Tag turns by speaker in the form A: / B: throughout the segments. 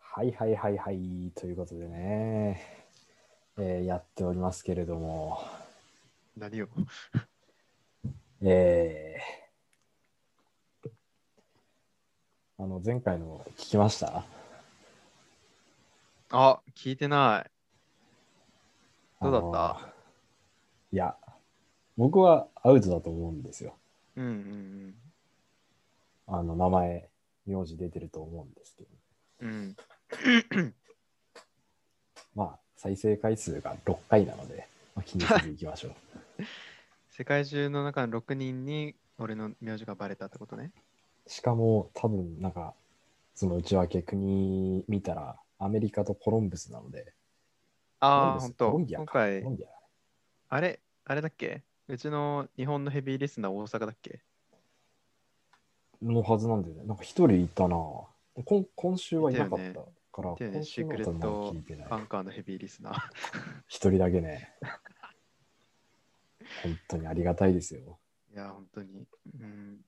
A: はいはいはいはい。ということでね、えーやっておりますけれども、
B: 何を
A: えーあの前回の聞きました
B: あ、聞いてない。どうだった
A: あのいや、僕はアウトだと思うんですよ。
B: うんうん
A: あの名前、名字出てると思うんですけど。
B: うん。うん。
A: まあ、再生回数が6回なので、まあ、気にせずいきま しょう。
B: 世界中の中の6人に俺の名字がバレたってことね。
A: しかも多分なんかその内訳国見たらアメリカとコロンブスなのでコロ
B: ああ、
A: ン
B: ほ
A: ブ
B: ん
A: スコ
B: と
A: ロン。ビア
B: 今
A: か
B: 回
A: コロ、ンビア
B: あれ、あれだっけうちの日本のヘビーリスナー大阪だっけ
A: のはずなんで、ね、なんか一人いたなこん今週はいなかっ
B: いた
A: た
B: よ
A: から、
B: いたよね
A: 今週の
B: シークレット
A: ことは聞いてない
B: アンカーのヘビーリスナ ー。
A: 一人だけね本当にありがたいですよ
B: いや、本当に。うん。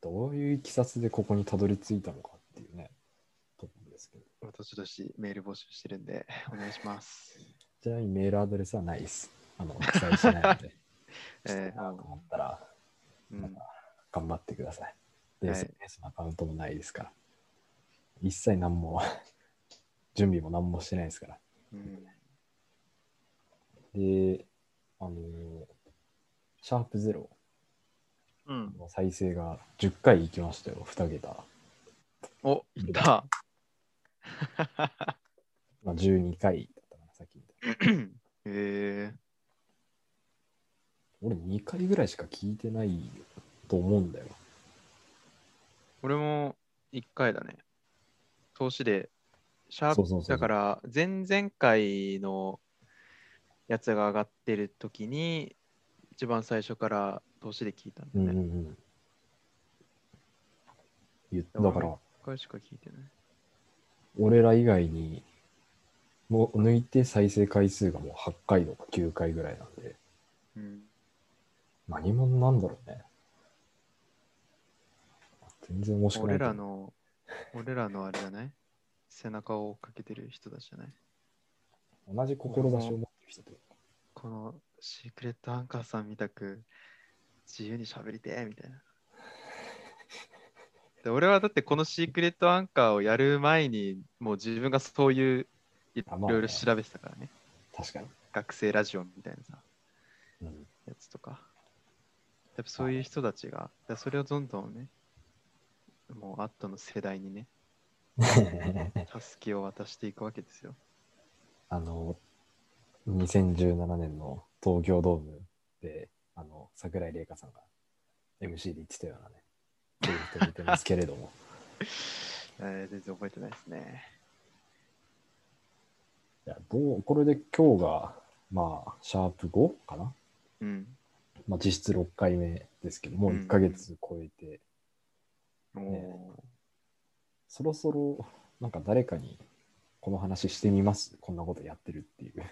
A: どういういきさつでここにたどり着いたのかっていうねところですけど
B: 私どしメール募集してるんで、お願い します。
A: ちなみにメールアドレスはないですあの記載してないの で
B: え
A: ちょっ
B: ー
A: となと思ったら、
B: うん。
A: 頑張ってください。で、
B: はい
A: SNS のアカウントもないですから。一切何も、 準備も何もしてないですから。
B: うん、
A: で、あのーシャープゼロ
B: うん。
A: の再生が10回いきましたよ、2桁。
B: お、いった。
A: まあ、12回だったかな、さっきみたいな。
B: え
A: 俺2回ぐらいしか聞いてないと思うんだよ。
B: 俺も1回だね。投資で、シャー
A: そ
B: プ
A: うそうそうそう
B: だから、前々回のやつが上がってる時に、一番最初から投資で聞いたんだ
A: うん
B: ね。
A: うんう
B: 一
A: ん。言っただから、
B: 回しか聞いてない。
A: 俺ら以外に、もう抜いて再生回数がもう8回とか9回ぐらいなんで、
B: うん。
A: 何者なんだろうね。全然面白くない。
B: 俺ら。の、俺らのあれじゃない背中を追っかけてる人たちじゃない
A: 同じ志を持ってる人というか。
B: このシークレットアンカーさんみたく自由に喋りてえみたいな。で俺はだってこのシークレットアンカーをやる前にもう自分がそういうい
A: あまあね
B: ろいろ調べてたからね。
A: 確かに。
B: 学生ラジオみたいなさ、
A: うん
B: やつとか。やっぱそういう人たちが、だそれをどんどんね、もう後の世代にね、助けを渡していくわけですよ。
A: あの、2017年の東京ドームで、あの、桜井玲香さんが MC で言ってたようなね、そういう人見てますけれど も、
B: えー全然覚えてないですね。
A: いやどうこれで今日が、まあ、シャープ5かな
B: うん。
A: まあ、実質6回目ですけど、もう1ヶ月超えて、
B: おー
A: そろそろ、なんか誰かに、この話してみます。こんなことやってるっていう。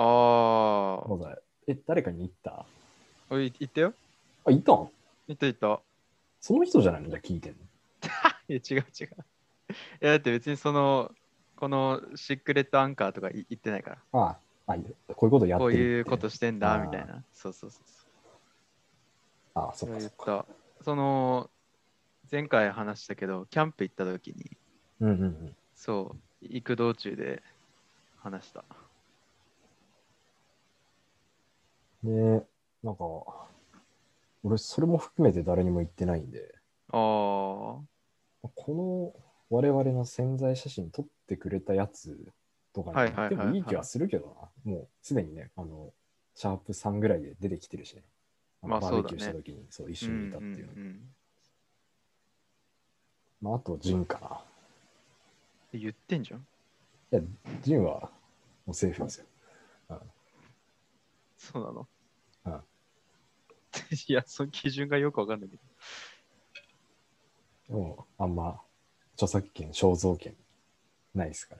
B: ああ
A: ま。だ、え、誰かに言った
B: おい、言ったよ。
A: あ、いたん
B: 言った言った。
A: その人じゃないのじゃあ聞いてんの。
B: いや、違う違う。い や、だって別にその、このシークレットアンカーとかい言ってないから、
A: ああ、あこういうことやって
B: こ
A: るっ
B: う
A: て
B: いうことしてんだ
A: あー
B: みたいな。そうそうそうそう。
A: あそ
B: そ
A: っか
B: れは
A: そっ
B: 言っ
A: か。
B: た。その、前回話したけど、キャンプ行った時に、
A: うんうんうん。
B: そう、行く道中で話した。
A: で、なんか、俺、それも含めて誰にも言ってないんで、
B: あー
A: この我々の潜在写真撮ってくれたやつとか
B: は
A: に
B: いはいはい
A: で
B: はい
A: もいい気はするけどな。もうすでにね、あの、シャープ3ぐらいで出てきてるしね。あの
B: まあ
A: バーベキューし
B: そ
A: た
B: うだね
A: 時に、そう、一緒にいたっていうの。
B: んんん
A: まあ、あと、ジンかな。
B: 言ってんじゃん。
A: いや、ジンは、もうセーフですよ。
B: そうなの。
A: うん
B: いや、その基準がよくわかんないけ
A: で
B: ど。
A: もあんま、著作権、肖像権、ないですか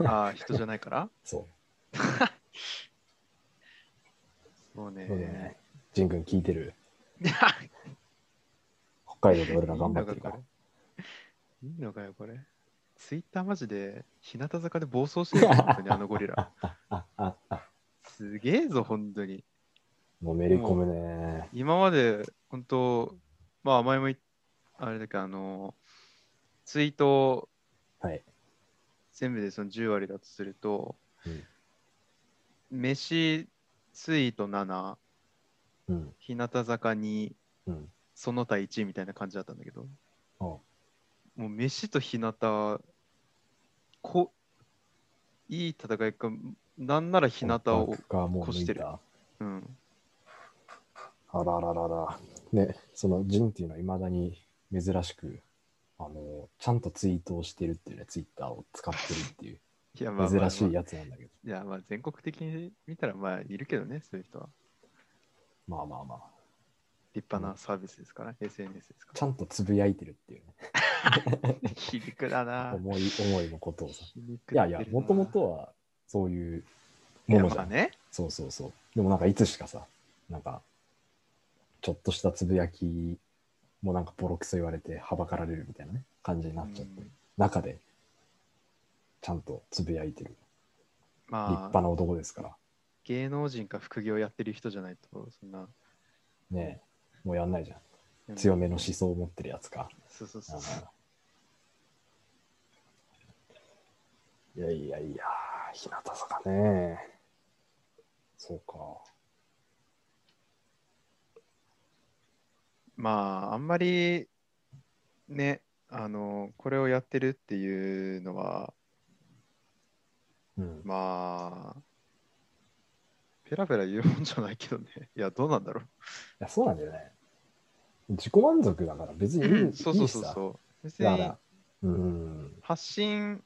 A: ら。
B: ああ、人じゃないから
A: そ
B: そうね
A: う。。そうだよね。ジン君聞いてる。
B: いや
A: 北海道で俺ら頑張ってるから。
B: いいのかよ、これ。いいのかよ、これ。ツイッターマジで、日向坂で暴走してるよ、本 当に、あのゴリラ。
A: あ、あ、あ、
B: すげえぞ、本当に。
A: もうめり込むね。
B: 今まで、本当、まあ、前も言っあれだけど、あの、ツイート
A: はい。
B: 全部でその10割だとすると、
A: うん
B: 飯ツイート7、
A: うん。
B: 日向坂2、
A: うん。
B: その他1みたいな感じだったんだけど、
A: お
B: もう飯と日向こいい戦いかなんなら日向
A: オ
B: を
A: タク、がもう抜
B: 越して
A: い
B: る
A: た。
B: うん、
A: あらららら。ね、そのジンっていうのはいまだに珍しく、あの、ちゃんとツイートをしてるっていうね、ツイッターを使ってるっていう、
B: いやまあまあまあ
A: 珍しいやつなんだけど。
B: いやまあ全国的に見たらまあいるけどねそういう人は
A: まあまあまあ。
B: 立派なサービスですから、SNS ですか
A: ちゃんとつぶやいてるっていうね、
B: ら皮肉だな
A: 思い、思いのことをさ。
B: 皮肉っ
A: い
B: てるな
A: やいや、もともとはそういう
B: い
A: も
B: や
A: のじ
B: ま
A: ゃ
B: あ
A: ん。
B: ね
A: そうそうそう。でもなんかいつしかさ、なんか、ちょっとしたつぶやきもなんかボロクソ言われてはばかられるみたいなね、感じになっちゃって、
B: うん
A: 中でちゃんとつぶやいてる立
B: ま
A: 派
B: あ
A: な男ですから、
B: 芸能人か副業やってる人じゃないとそんな
A: ねえもうやんないじゃん。強めの思想を持ってるやつか。
B: そうそうそうそう
A: うんいやいやいや、日向坂ね。そうか。
B: まあ、あんまりね、あの、これをやってるっていうのは、
A: うん。
B: まあ、ペラペラ言うもんじゃないけどね。 いや、どうなんだろ
A: いや、そうなんだよね。自己満足だから別にいい,、
B: う。そうそうそ
A: いいし
B: う
A: さ
B: そう。別
A: だか
B: に
A: ら、うん、
B: 発信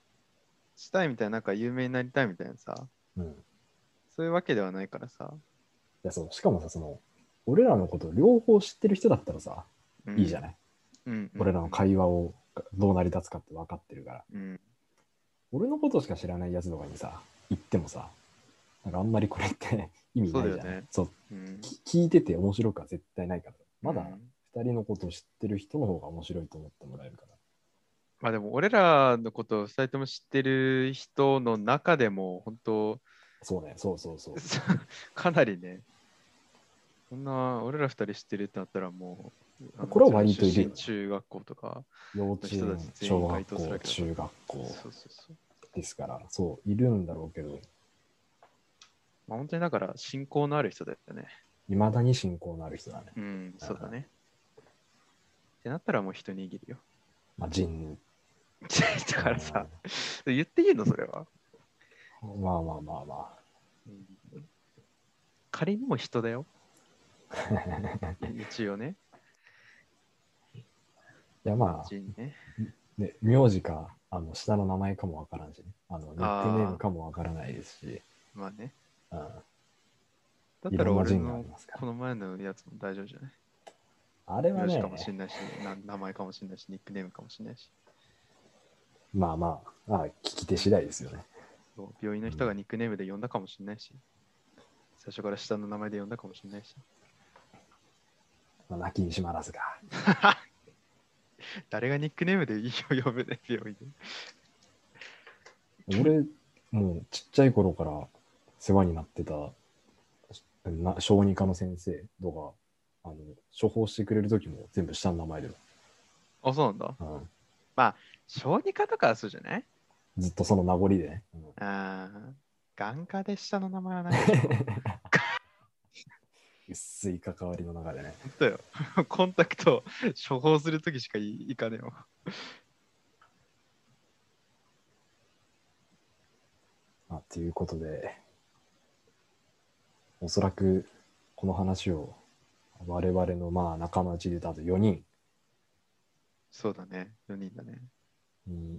B: したいみたいな、なんか有名になりたいみたいなさ、
A: うん。い
B: そういうわけではないからさ。
A: や、そう、しかもさ、その、俺らのことを両方知ってる人だったらさ、いいじゃ
B: ない。
A: ない、
B: うん、
A: 俺らの会話をどう成り立つかって分かってるから。
B: うん。
A: 俺のことしか知らないやつとかにさ、言ってもさ、なんかあんまりこれって 意味ないじゃん。
B: そうだよね
A: そう、
B: うん。
A: き聞いてて面白くは絶対ないから。まだ
B: うん
A: 二人のことを知ってる人の方が面白いと思ってもらえるから。
B: まあでも、俺らのことを2人とも知ってる人の中でも、本当、
A: そうね、そうそうそう。
B: そうかなりね、そんな俺ら二人知ってるってなったらもう、あの
A: これは割といるよ
B: うちの出身中学校とか、
A: 幼稚
B: 人
A: 園
B: たち、全
A: 小
B: 員該
A: 学
B: 当する
A: 校
B: わ、けだから
A: 中学
B: そう
A: 校
B: そうそう。
A: ですから、そう、いるんだろうけど、
B: まあ、本当にだから、信仰のある人だったね。
A: いまだに信仰のある人だね。
B: うん、そうだね。ってなったらもう一握り よ。
A: まあ、人
B: だからさ、言っていいのそれは、
A: まあまあまあま
B: 仮にも人 だよ。
A: あ。
B: 一応ね。
A: いやまあ、
B: 人ね。
A: ね、名字か、あの、下の名前かもわからんしね。あの、ニックネームかもわからないですし、
B: まあね。
A: うん、
B: だっ
A: い
B: たら
A: ろんな
B: 俺
A: 人があり
B: の
A: ますから
B: こ。の前のやつも大丈夫じゃない
A: あれは
B: 名字
A: ね
B: か、もしれないし、な名前かもしれないし、ニックネームかもしれないし、
A: まあまあ、まあ、聞き手次第ですよね。
B: そう病院の人がニックネームで呼んだかもしれないし、最初から下の名前で呼んだかもしれないし、
A: まあ、泣きにしまらずか。
B: 誰がニックネームでいいよ呼ぶね、病院で。
A: 俺、もうちっちゃい頃から世話になってた、な小児科の先生とか、あの、処方してくれる時も全部下の名前で、
B: あ、そうなんだ。
A: うん、
B: 小児科とかはそうじゃない
A: ずっとその名残でね。うん
B: ああ、眼科で下の名前は ないでしょ。本
A: 薄い関わりの中でね。
B: 当よ。コンタクト処方するときしかいいかねえよ。
A: まあ、ということで、おそらくこの話を我々のまあ仲間内でたと4人
B: そうだね、4人だね。
A: に、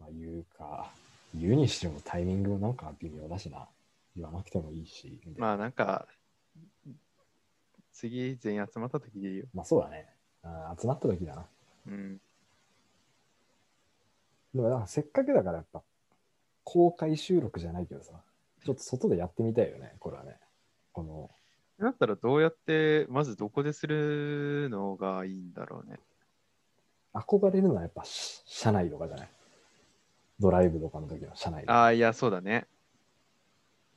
A: まあ、言うか、言うにしてもタイミングもなんか微妙だしな。言わなくてもいいし。みたいな
B: まあなんか、次全員集まったときでいいよ。
A: まあそうだね。あー集まった時だな。
B: うん。
A: でもなんかせっかくだからやっぱ公開収録じゃないけどさ、ちょっと外でやってみたいよね、これはね。この、
B: だったらどうやって、まずどこでするのがいいんだろうね。
A: 憧れるのはやっぱし社内とかじゃない。ドライブとかの時の車内で。
B: ああ、いや、そうだね。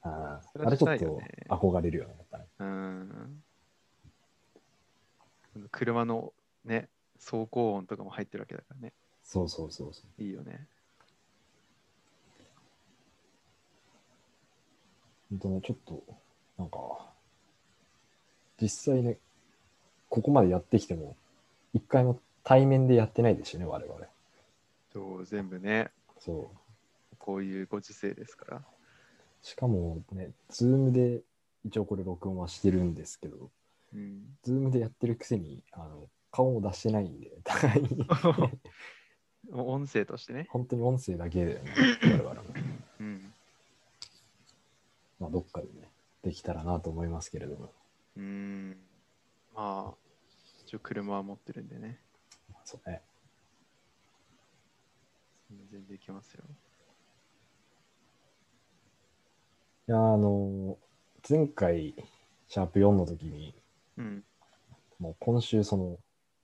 A: あ
B: それ
A: あ
B: は
A: れ
B: し
A: ち
B: た
A: ょ
B: い
A: っ
B: よ
A: と
B: ね
A: 憧れるよね。やっぱね
B: うん。車のね、走行音とかも入ってるわけだからね。
A: そうそうそうそう。
B: いいよね。
A: 本当ね、ちょっと、なんか、実際ね、ここまでやってきても、一回も対面でやってないですよね、我々。
B: そう、全部ね、
A: そう。
B: こういうご時世ですから。
A: しかもね、ズームで、一応これ録音はしてるんですけど、
B: うん。
A: ズームでやってるくせに、あの、顔も出してないんで、互いに、
B: 音声としてね。
A: 本当に音声だけだよね、我々も。
B: うん。
A: まあ、どっかでね、できたらなと思いますけれども、
B: うん。まあ、一応車は持ってるんでね。
A: そうね。
B: 全然できますよ。
A: いや、あの、前回、シャープ4の時に、
B: うん。
A: もう今週、その、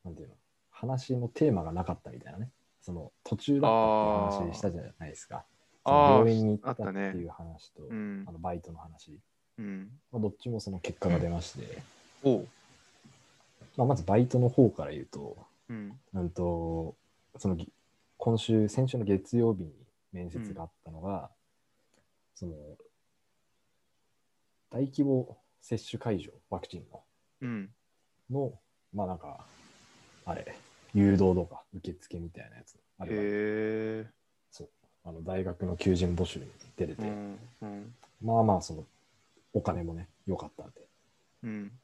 A: なんていうの、話のテーマがなかったみたいなね、その途中だったっていう話したじゃないですか。その
B: あー
A: 病院に行
B: あ
A: っ
B: った
A: たって
B: ね
A: いう話と、
B: うん
A: あ。のバイトの話、
B: うん。
A: まあ、どっちもその結果が出まして、
B: おう。
A: まあ、まずバイトの方から言うと、
B: うん。
A: うんと、そのぎ今週、先週の月曜日に面接があったのが、その、大規模接種会場、ワクチンの、
B: うん。
A: の、まあなんか、あれ、誘導とか受付みたいなやつ、あ
B: へ
A: れが
B: え。
A: あの大学の求人募集に出て
B: う
A: て、
B: ん。うん。
A: まあまあ、その、お金もね、良かったんで、
B: うん。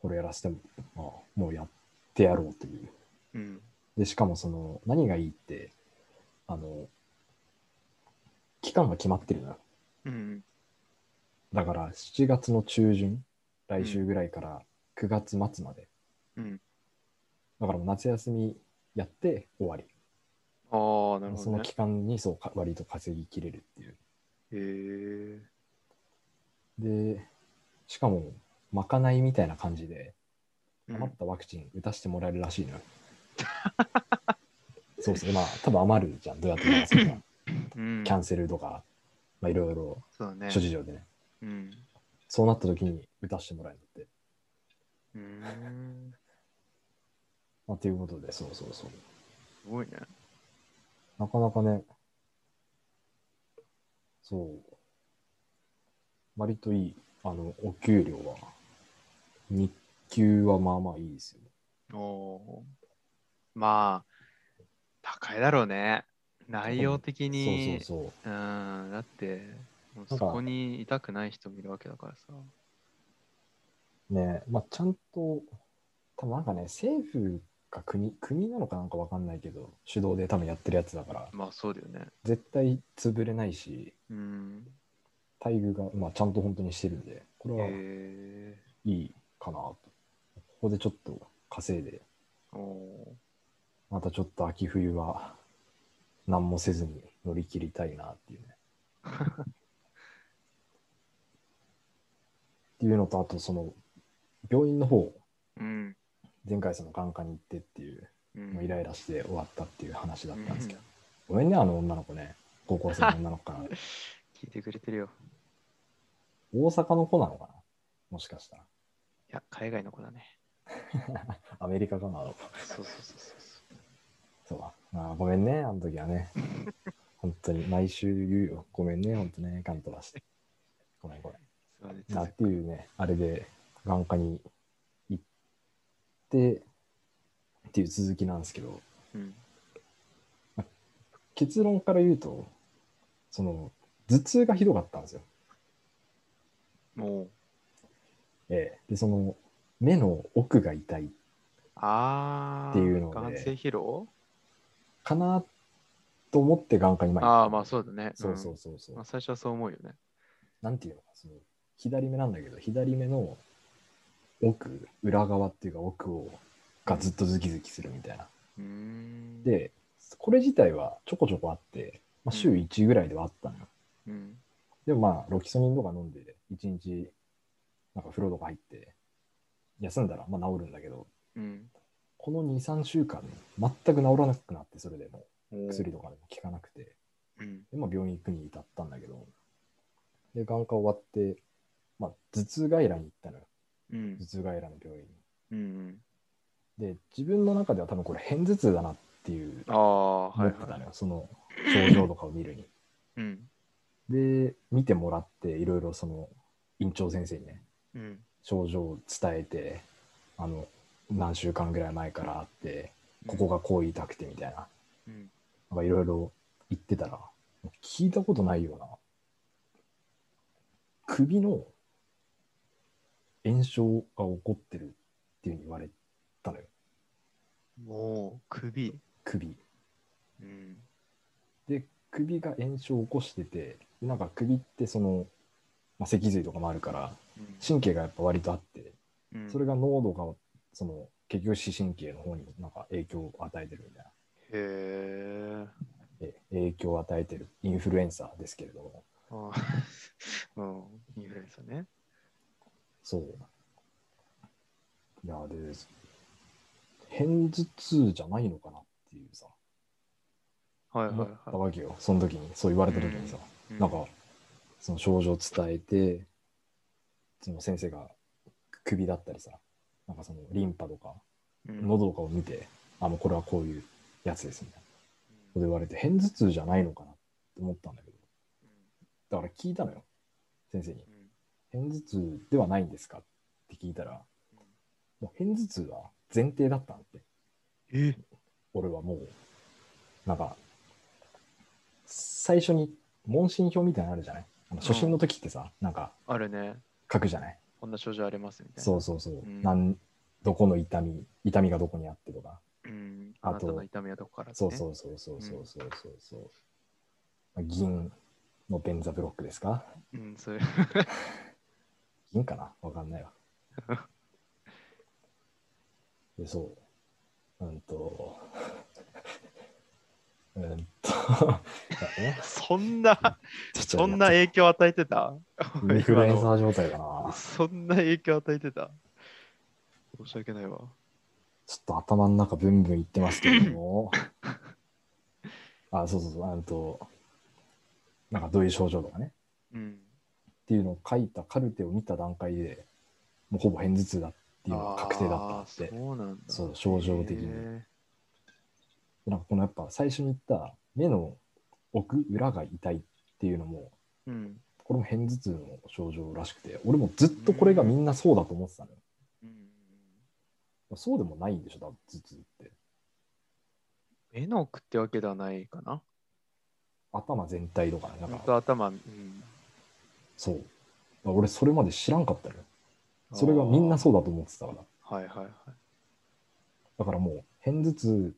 A: これやらせても、まあ、もうやってやろうという
B: うん。
A: で、しかもその、何がいいって、あの、期間が決まってるのよ。
B: うん。
A: だから、7月の中旬、来週ぐらいから9月末まで。
B: うん。
A: だからもう夏休みやって終わり。
B: ああ、なるほ
A: そ
B: ど
A: の
B: ね。
A: 期間にそうか割と稼ぎきれるっていう。
B: へえ。
A: で、しかも、まかないみたいな感じで、
B: うん
A: 余ったワクチン打たしてもらえるらしいのよ。そうそう、まあ、多分余るじゃん、どうやって流すか。
B: うん
A: キャンセルとか、まあ、いろいろ
B: そうだね。
A: 諸事情でね。
B: うん。
A: そうなった時に打たしてもらえるんだって。
B: うーん。
A: まあ、ということで、そうそうそう。
B: すごいね。
A: なかなかね、そう。割といい、あの、お給料は、日給はまあまあいいですよ。
B: おおー。まあ、高いだろうね。内容的に。
A: そうそうそう。
B: うん。だって、もう
A: な
B: そ
A: んか
B: こにいたくない人もいるわけだからさ。
A: ねまあ、ちゃんと、多分なんかね、政府が国、国なのかなんかわかんないけど、主導で多分やってるやつだから、
B: まあ、そうだよね。
A: 絶対潰れないし、
B: うん。
A: 待遇が、まあ、ちゃんと本当にしてるんで、これ
B: へ
A: は
B: え。
A: いいかなと。ここでちょっと稼いで、
B: おお
A: またちょっと秋冬は何もせずに乗り切りたいなっていう ね。っていうのと、あとその病院の方、
B: ー。うん。
A: 前回その眼科に行ってっていう、
B: うん
A: もうイライラして終わったっていう話だったんですけど、ごめんね、あの女の子ね、高校生の女の子か な。
B: 聞いてくれてるよ。
A: 大阪の子なのかなもしかしたら。
B: いや、海外の子だね。
A: アメリカかなあの子
B: そうそうそうそう
A: そ
B: そ
A: うだあーごめんね、あの時はね。本当に、毎週言うよ。ごめんね、本当ね、ガン飛ばして。ごめん、ごめん。
B: う。そうね
A: なっていうね、あれで眼科に行ってっていう続きなんですけど、
B: うん。
A: 結論から言うと、その頭痛がひどかったんですよ。
B: もう。
A: ええ、で、その目の奥が痛い
B: ああ。
A: っていうので
B: 眼性疲労
A: かなと思って眼科に前に
B: ああ、まあそうだね。
A: そうそ
B: ん
A: うそうそう、
B: まあ、最初はそう思うよね。
A: なんていうのか、その左目なんだけど、左目の奥、裏側っていうか奥をがずっとズキズキするみたいな。
B: うーん。、
A: で、これ自体はちょこちょこあって、まあ、週1ぐらいではあったのよ。
B: うん。
A: でもまあ、ロキソニンとか飲んで、一日、なんか風呂とか入って、休んだらまあ治るんだけど、
B: うん。
A: この2、3週間、全く治らなくなって、それでもう薬とかでも効かなくて、で、まあ、病院行くに至ったんだけど、で、眼科終わって、まあ、頭痛外来に行ったのよ。
B: うん
A: 頭。痛外来の病院
B: うんうん。
A: に。で、自分の中では多分これ、片頭痛だなっていう、
B: ああ、は
A: 思
B: い
A: ってたの
B: は
A: よ、
B: い。
A: その症状とかを見るに。
B: うん。
A: で、見てもらって、いろいろその、院長先生にね、
B: うん。
A: 症状を伝えてあの何週間ぐらい前からあってここがこう言いたくてみたいな
B: うん。
A: なんかいろいろ言ってたら聞いたことないような首の炎症が起こってるっていうふうに言われたのよ
B: もう、首。
A: 首
B: うん。
A: で首が炎症を起こしててなんか首ってその、まあ、脊髄とかもあるから
B: うん
A: 神経がやっぱ割とあって
B: うん
A: それが濃度がその結局視神経の方になんか影響を与えてるみたいな
B: へえ。
A: え影響を与えてるインフルエンサーですけれども
B: ああ。 うん。インフルエンサーね。
A: そういやで偏頭痛じゃないのかなっていうさ
B: はいはい
A: 思
B: は
A: った
B: い。
A: わけよその時にそう言われた時にさ、
B: う
A: なんかその症状を伝えてその先生が首だったりさなんかそのリンパとか
B: うん
A: 喉とかを見て、あもうこれはこういうやつですみたいなこと
B: うん
A: 言われて偏頭痛じゃないのかなって思ったんだけどだから聞いたのよ先生に
B: うん
A: 偏頭痛ではないんですかって聞いたら、
B: うん
A: もう偏頭痛は前提だったんって、
B: え
A: 俺はもう、なんか、最初に問診票みたいなのあるじゃないあの初診の時ってさ、なんか
B: あるね。
A: 書くじゃない
B: こんな症状ありますみたいな。
A: そうそうそう、
B: ん
A: なん、どこの痛み、痛みがどこにあってとか、
B: うん。
A: あと
B: あなたの痛みはどこから、ね、
A: そうそうそうそうそうそうそうそう、まあ銀の便座ブロックですか
B: う。うん、そういう。
A: 銀かなわかんないわ。 で、そう。うんと。 うんと。え
B: そんな、
A: ちょっと
B: そんな影響与え てた
A: インフルエン
B: 今
A: サー状態だな
B: の。そんな影響与えてた申し訳ないわ。
A: ちょっと頭の中ブンブンいってますけども。あ、そうそうそう。うんと。なんかどういう症状とかね。
B: うん。
A: っていうのを書いたカルテを見た段階で、もうほぼ片頭痛だっていうのが確定だった
B: あ
A: っ
B: ー
A: て。
B: そうなんだ。
A: そう症状的に
B: へ
A: なんかこのやっぱ最初に言った目の奥裏が痛いっていうのも
B: ーうん。
A: これも片頭痛の症状らしくて俺もずっとこれがみんなそうだと思ってたのよ、
B: うん
A: そうでもないんでしょ多分頭痛って
B: 目の奥ってわけではないかな。
A: 頭全体とかねなん
B: 本
A: か
B: 当頭、うん。
A: そうだから俺それまで知らんかったのよそれがみんなそうだと思ってたから
B: う。はいはいはい。
A: だからもう片頭痛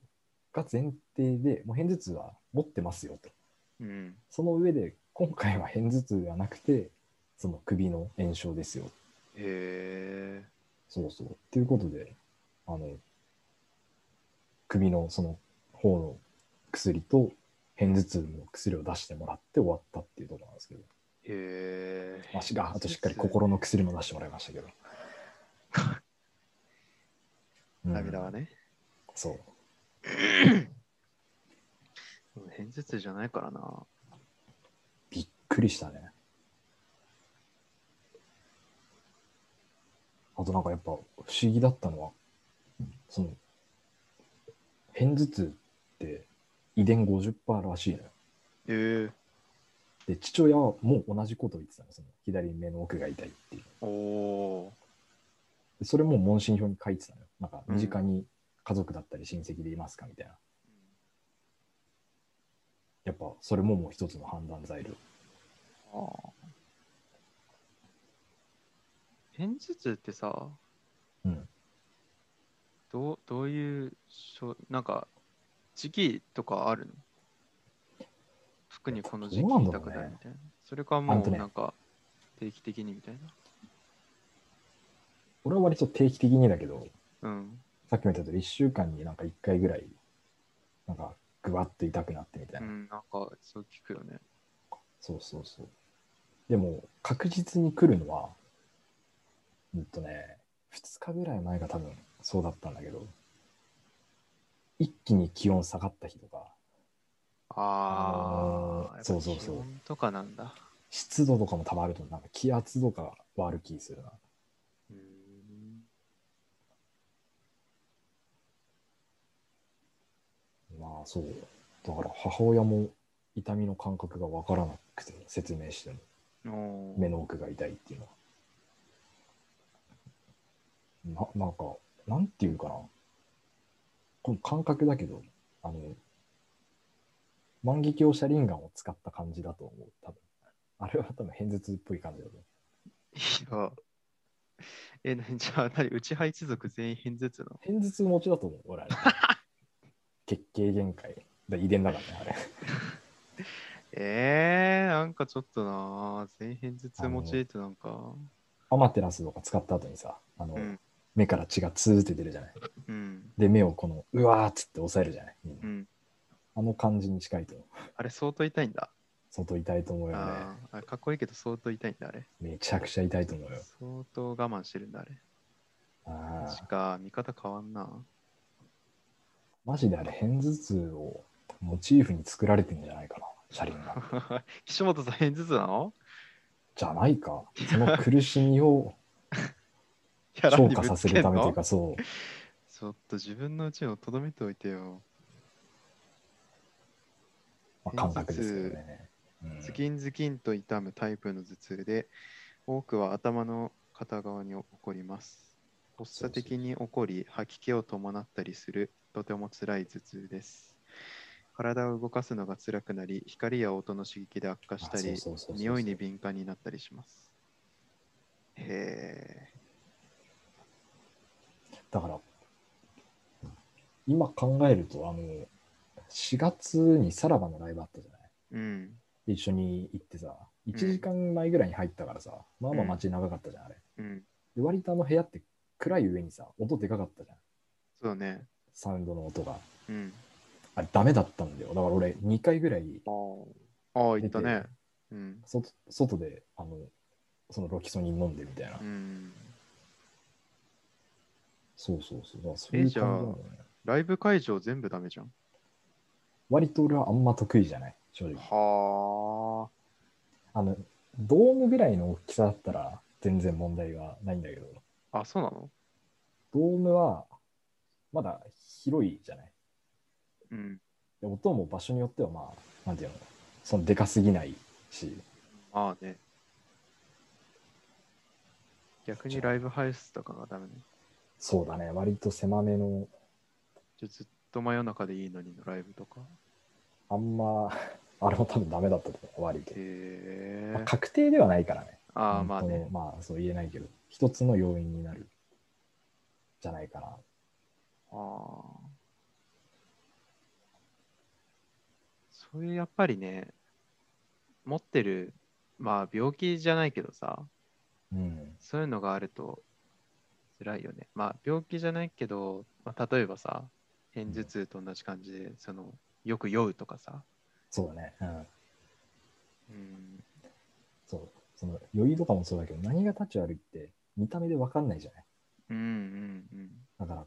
A: が前提でもう片頭痛は持ってますよと
B: うん。
A: その上で今回は片頭痛ではなくてその首の炎症ですよ
B: へえ。
A: そうそう。っていうことで、あの、首のその方の薬と片頭痛の薬を出してもらって終わったっていうところなんですけど、
B: へえ。
A: まあ、しがあとしっかり心の薬も出してもらいましたけど。うん
B: 涙はね。
A: そう。
B: うん偏頭痛じゃないからな。
A: びっくりしたね。あとなんかやっぱ不思議だったのは、その、片頭痛って遺伝50%らしいのよ。
B: ええ。
A: で、父親はもう同じことを言ってたの、その左目の奥が痛いっていう。
B: おお
A: でそれも問診票に書いてたのよ。なんか、
B: うん
A: 身近に家族だったり親戚でいますかみたいな。やっぱ、それももう一つの判断材料。
B: ー。ああ。偏頭痛ってさ、
A: うん。
B: どうどういう症なんか時期とかあるの特にこの時期
A: どうなんだ
B: 痛
A: ろう
B: く
A: ね
B: なるみたいな。それか
A: あ
B: も
A: んと
B: う
A: ね
B: なんか定期的にみたい
A: 俺は割と定期的にだけど、
B: な。うん。
A: さっきも言ったとおり、1週間になんか1回ぐらい、なんか、ぐわっと痛くなってみたいうな。
B: ん、なんかそう聞くよね。
A: そうそうそう。でも、確実に来るのは、うんとね、2日ぐらい前が多分そうだったんだけど、一気に気温下がった日とか、
B: あ
A: あー
B: あ、
A: そうそうそう
B: やっぱ気温とかなんだ。
A: 湿度とかもたまると、なんか気圧とかはある気するな。
B: うーん
A: まあそう。だから母親も痛みの感覚がわからなくて、説明しても
B: おー
A: 目の奥が痛いっていうのは。ななんか、なんていうかな。この感覚だけど、あの、万華鏡シャリンガンを使った感じだと思う、多分。あれは多分偏頭痛っぽい感じだと思う。
B: いや。え、なじゃあ、何、う ちは一族全員偏頭痛なの
A: 偏頭痛持ちだと思う、俺あれ。 血形限界。だ遺伝だからね、あれ。
B: えー、なんかちょっとなー、全員偏頭痛持ちってなんか、
A: アマテラスとか使った後にさ、あの、
B: うん、
A: 目から血がツーって出るじゃない。
B: うん、
A: で、目をこの、うわーっつって押さえるじゃない。みんな
B: うん。
A: あの感じに近いと思う、
B: あれ、相当痛いんだ。
A: 相当痛いと思うよね。
B: あーあれかっこいいけど、相当痛いんだ、あれ。
A: めちゃくちゃ痛いと思うよ。
B: 相当我慢してるんだ、あれ。
A: あ
B: 確
A: ー
B: か、見方変わんな。
A: マジであれ、片頭痛をモチーフに作られてんじゃないかな、シャリンが。
B: 岸本さん、偏頭痛 なの
A: じゃないか。その苦しみを
B: キャラ
A: 消
B: に
A: 化
B: ぶ
A: さ
B: つ
A: せ
B: け
A: る
B: ん
A: ためという
B: の
A: か、そう。
B: ちょっと自分のうちのとどめておいてよ。
A: まあ、感覚ですけどね。うん
B: ズキンズキンと痛むタイプの頭痛で、多くは頭の片側に起こります。発作的に起こり、吐き気を伴ったりする、とても辛い頭痛です。体を動かすのが辛くなり、光や音の刺激で悪化した
A: あ
B: り、
A: そうそうそうそうそう
B: 匂いに敏感になったりします。へ
A: だから、今考えると、あの、4月にさらばのライブあったじゃない。
B: え。うん。
A: で一緒に行ってさ、1時間前ぐらいに入ったからさ、まあまあ街長かったじゃん、あれ。
B: うん。
A: で、割とあの部屋って暗い上にさ、音でかかったじゃん。
B: そうね。
A: サウンドの音が。
B: うん。
A: あれ、ダメだったんだよ。だから俺、2回ぐらい
B: ああ。ああ、言ったね。うん。
A: 外外で、あの、そのロキソニン飲んでみたいな。
B: うん。
A: そうそうそう。だからそういう感じなのね。
B: ライブ会場全部ダメじゃん。
A: 割と俺はあんま得意じゃない、正直。
B: は
A: あの、ドームぐらいの大きさだったら全然問題がないんだけど、
B: あ。あ、そうなの
A: ドームはまだ広いじゃない。
B: うん。
A: で音も場所によってはまあ、なんていうの、そのでかすぎないし、
B: まあね。逆にライブハウスとかがダメね。
A: そうだね、割と狭めの、
B: じゃあずっと真夜中でいいのにのライブとか。
A: あんま、あれも多分ダメだったと思う、悪いけど。
B: へ
A: まあ
B: え。
A: 確定ではないからね。
B: ああ、まあ
A: 本当
B: ね
A: の。まあ、そう言えないけど、一つの要因になるじゃないかな。
B: ああ。そういうやっぱりね、持ってる、まあ病気じゃないけどさ、
A: うん。
B: そういうのがあると辛いよね。まあ病気じゃないけど、まあ、例えばさ、偏頭痛と同じ感じで、そのよく酔うとかさ、
A: そうだね。うん。
B: うん、
A: そう。その余裕とかもそうだけど、何が立ち悪いって見た目で分かんないじゃない。
B: うんうんうん。
A: だから、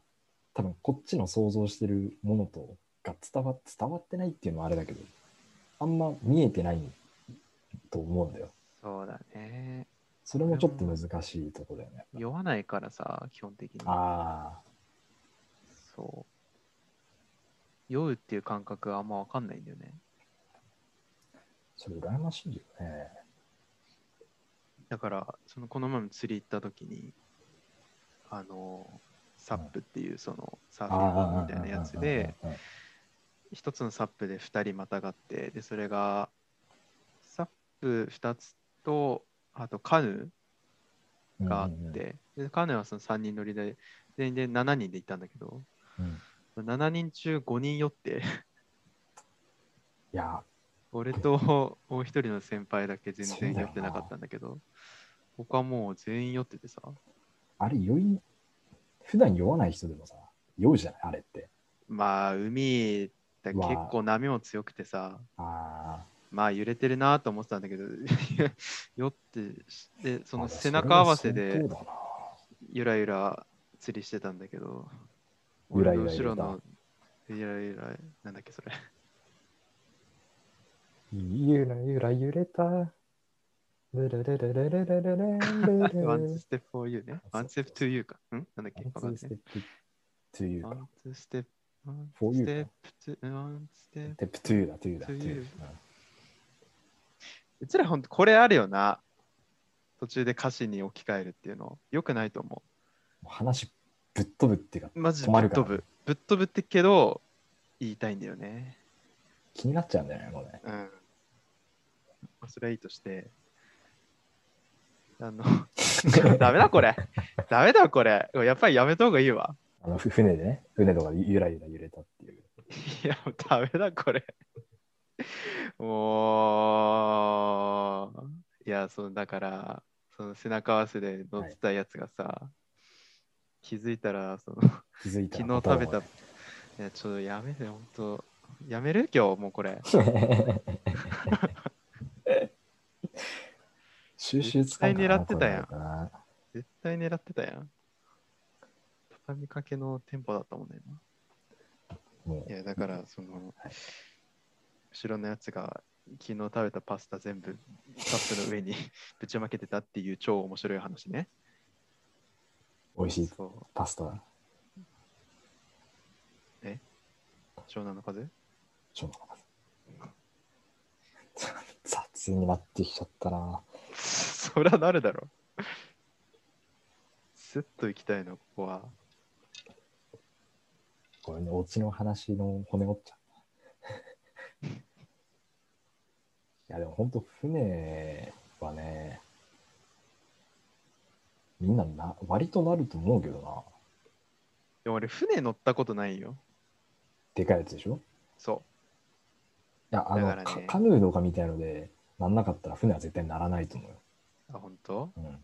A: 多分こっちの想像してるものとが伝わ伝わってないっていうのはあれだけど、あんま見えてないと思うんだよ。
B: そうだね。
A: それもちょっと難しいとこだよね。
B: 酔わないからさ、基本的に。
A: ああ、
B: そう。酔うっていう感覚はあんまわかんないんだよね。
A: それ羨ましいよね。
B: だから、そのこの前も釣り行った時に、あの、サップっていうそのサーフィンボード
A: ああ、
B: みたいなやつで、
A: うんうんうん
B: 一つのサップで二人またがってでそれがサップ二つとあとカヌ
A: うん、
B: ーがあっ
A: うんうん
B: て、でカヌーはその3人乗りで全員で7人で行ったんだけど
A: うん。い
B: 7人中5人酔って
A: や、
B: 俺ともう一人の先輩だけ全然酔ってなかったんだけど他もう全員酔っててさ
A: あれ酔い、普段酔わない人でもさ、酔うじゃない、あれって。
B: まあ海って結構波も強くてさ
A: ああ、
B: まあ揺れてるなと思ってたんだけど 酔ってしてその
A: あれ
B: 背中合わせで
A: それは相当だな
B: ゆらゆら釣りしてたんだけど、
A: ゆらゆら
B: 俺の後ろ
A: ゆら
B: のゆらゆら、なんだっけそれ。
A: ゆらゆら揺れた。ルルルルルルルルルンル
B: ワン
A: ル
B: ツーステップフォーユーね。ワンツーステップトゥーユーか。んなんだっけわか
A: ワ
B: ん
A: ン
B: な
A: ツーステップトゥーユ
B: いね
A: ー
B: ワ
A: か。
B: ンツーステップ。ワンツ
A: For
B: ー
A: you
B: ステップトゥー、ワンツーステップ。
A: テップトゥーだ、トゥーだ、
B: To
A: トゥ
B: you
A: ー。うん
B: うちらほんとこれあるよな。途中で歌詞に置き換えるっていうの。よくないと思
A: もう話ぶっ飛ぶっていうか、
B: う。マジで
A: 止
B: ぶ
A: ま
B: っ
A: るから
B: 飛ぶ。ぶっ飛ぶってけど、言いたいんだよね。
A: 気になっちゃうんじゃないのね。
B: うん。まあそれはいいとして。あの、 ダメだこれ。ダメだこれ。やっぱりやめた方がいいわ。
A: あのふ船でね、船とかでゆらゆら揺れたっていう。
B: いや、もうダメだ、これ。もう、いや、そのだから、その背中合わせで乗ってたやつがさ、気づいたら、その、
A: 気づいた
B: 昨
A: ら
B: 日食べた、いや、ちょっとやめて、本当やめる今日、もうこれ。
A: 収集つかんかな
B: 絶対狙ってたやん
A: これな
B: 絶対狙ってたやん。畳みかけのテンポだったもんね、今
A: も
B: いや、だから、その、後ろのやつが、昨日食べたパスタ全部カップの上に ぶちまけてたっていう超面白い話ね。
A: う美味しい
B: そう。
A: パスタ、
B: 湘南の風
A: ちょっと待って雑になってきちゃったな。
B: そりゃなるだろ。スッと行きたいの、ここは。
A: これね、オチの話の骨折っちゃう。いや、でも本当、船はね、みんなな、割となると思うけどな。
B: でも俺、船乗ったことないよ。
A: でかいやつでしょ
B: そ
A: いや、あの、
B: だから
A: か
B: ね
A: カヌーとかみたいので、なんなかったら船は絶対ならないと思うよ。
B: う。あ、本当
A: うん。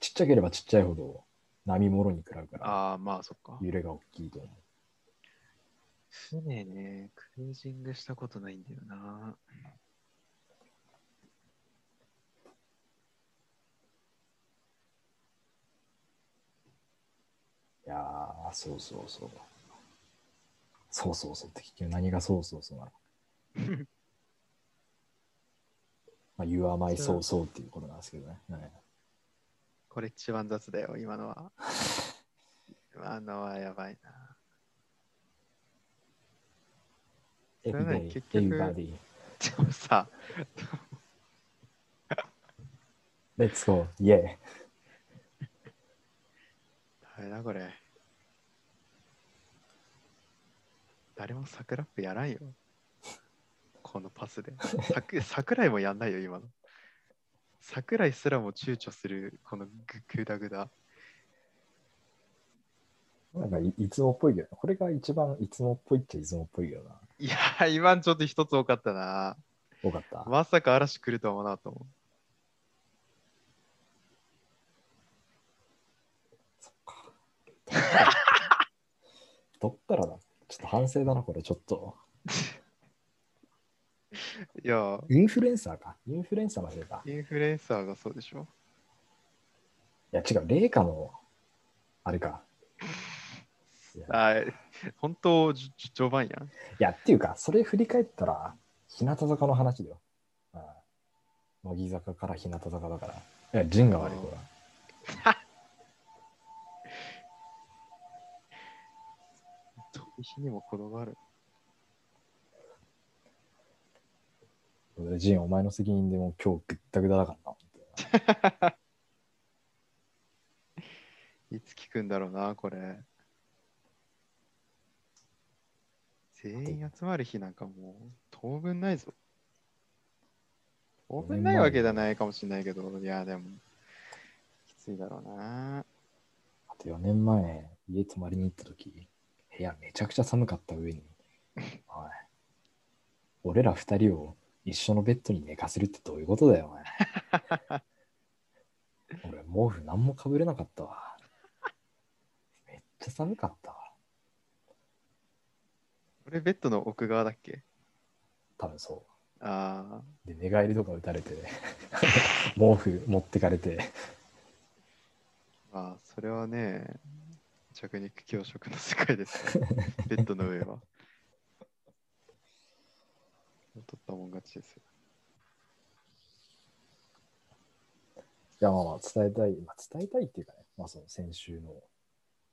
A: ちっちゃければちっちゃいほど、波もろに食らうから、
B: ああ、まあそっか。
A: 揺れが大きいと思う。
B: 船ね、クルージングしたことないんだよな。
A: いやー、そうそうそう。そうそうそうって結局何がそうそう そうなのか。まあ、You are my so
B: そう
A: so っていうことなんですけどね。はい
B: これ一番雑だよ、今 のは。今のはやばいな。それはね
A: Everybody,
B: 結局
A: everybody,
B: でもさ、
A: let's go, yeah.
B: ダメだこれ。誰も桜っぷやらんよ。このパスで。さく桜井もやんないよ、今の。桜井すらも躊躇する、このぐぐだぐだ。
A: なんかいいつもっぽいけどな、これが一番いつもっぽいっちゃいつもっぽいけどな。
B: いやー、今のちょっと一つ多かったな。
A: 多かった。
B: まさか嵐来るとは思わなかったもん。
A: そっか。 どったらだ。ちょっと反省だな、これちょっと。
B: いやー、
A: インフルエンサーか。インフルエンサーのせいか。い
B: インフルエンサーがそうでしょ。
A: や、違う、霊下の、あれか。いや
B: はい。本当、じじ序盤やん。
A: いや、っていうか、それ振り返ったら、日向坂の話だよ。うん乃木坂から日向坂だから。いや、陣が悪い、ほら。
B: 飛び火にも転がる。
A: 陣、お前の責任でもう今日ぐったぐだだからな。
B: いつ聞くんだろうな、これ。全員集まる日なんかもう当分ないぞ。当分ないわけじゃないかもしれないけど、いや、でも、きついだろうな。
A: あと4年前、家泊まりに行った時、部屋めちゃくちゃ寒かった上に、おい、俺ら2人を一緒のベッドに寝かせるってどういうことだよ、お前。俺、毛布何もかぶれなかったわ。めっちゃ寒かったわ。
B: 俺、ベッドの奥側だっけ
A: 多分そう。
B: ああ、
A: で寝返りとか打たれて毛布持ってかれて
B: まあ、それはね、着肉強食の世界ですね。ベッドの上は。取ったもん勝ちですよ。
A: いや、まあまあ伝えたい、まあ、伝えたいっていうかね、まあその先週の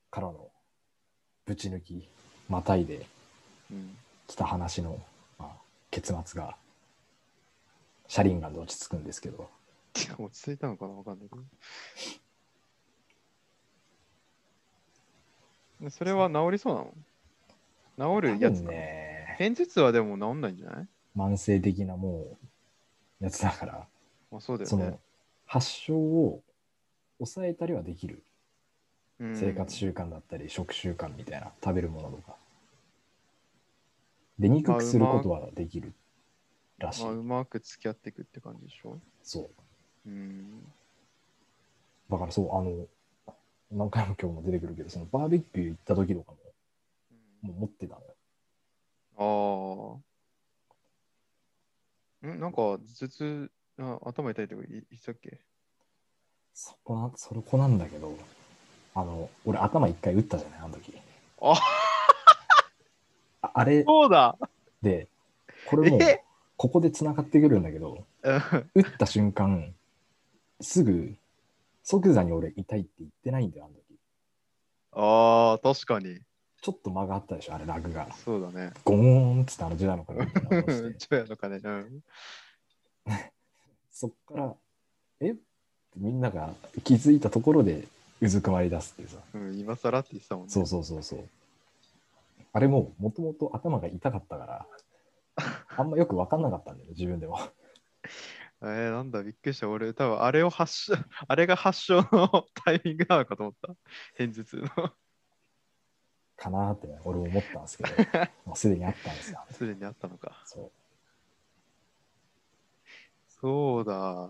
A: からのぶち抜き、またいで
B: うん。
A: 来た話の、まあ、結末が、シャリンガンで落ち着くんですけど、
B: いや落ち着いたのかなわかんないけど。でそれは治りそうなの治るや
A: 多
B: つ
A: 分
B: かな。
A: ね、
B: 片頭痛はでも治んないんじゃない
A: 慢性的なもう、やつだから、
B: まあそうだよ
A: そ
B: ね
A: の。、発症を抑えたりはできる。
B: うん
A: 生活習慣だったり、食習慣みたいな、食べるものとか。出にくくすることはできるらしい
B: まあ、。うまく付き合っていくって感じでしょ。
A: そう。
B: うん。
A: だからそう、あの、何回も今日も出てくるけど、そのバーベキュー行った時とかも、もう持ってたのよ。
B: ああ。んなんか、頭痛、あ頭痛いとか言言ったっけ
A: そこな、それこなんだけど、あの、俺頭一回打ったじゃない、あの時。
B: あ
A: ああれ
B: そう だ
A: で、これも
B: え、
A: ここで繋がってくるんだけど、打った瞬間、すぐ、即座に俺痛いって言ってないんだよ、あの時。
B: ああ、確かに。
A: ちょっと間があったでしょ、あれ、ラグが。
B: そうだね。
A: ゴーンっつってあの時代のからみたいな音して。
B: ちょやのかね。うん。
A: そっから、えってみんなが気づいたところでうずくまり出すっていうさ。
B: うん、今更って言ってたもんね。
A: そうそうそうそう。あれも、もともと頭が痛かったから、あんまよく分かんなかったんだよね、自分でも。
B: えー、なんだ、びっくりした。俺、多分あれを発症、 あれが発症のタイミングなのかと思った。偏頭痛の。
A: かなーってね、俺も思ったんですけど、まあ、すでにあったんですよ。
B: すでにあったのか。
A: そう。
B: そうだ。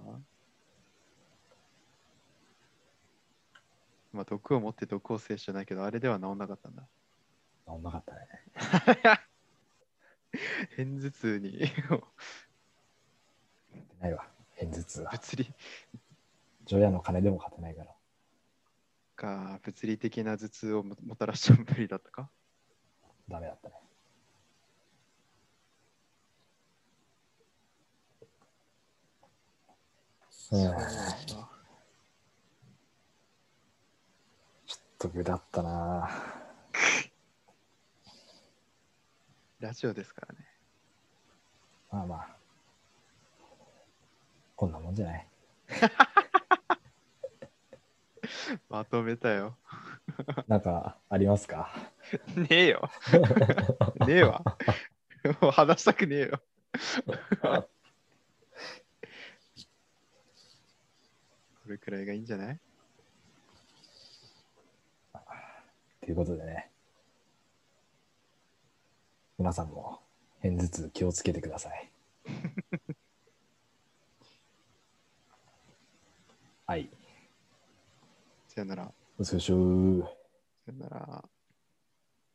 B: まあ、毒を持って毒を制してないけど、あれでは治んなかったんだ。
A: 治んなかったね。
B: 偏頭痛に
A: 勝てないわ。偏頭痛は。
B: 物理
A: 除夜の鐘でも勝てないから。
B: か物理的な頭痛をももたらした無理だったか
A: ダメだったね。うん、ちょ
B: そうだ
A: っと具だったなぁ
B: ラジオですからね
A: まあまあ。こんなもんじゃない。
B: まとめたよ
A: なんかありますか
B: ねえよねえわもう話したくねえよこれくらいがいいんじゃない
A: ということでね。皆さんも片頭痛気をつけてください。はい。
B: さよなら
A: お疲れっしょー。
B: さよなら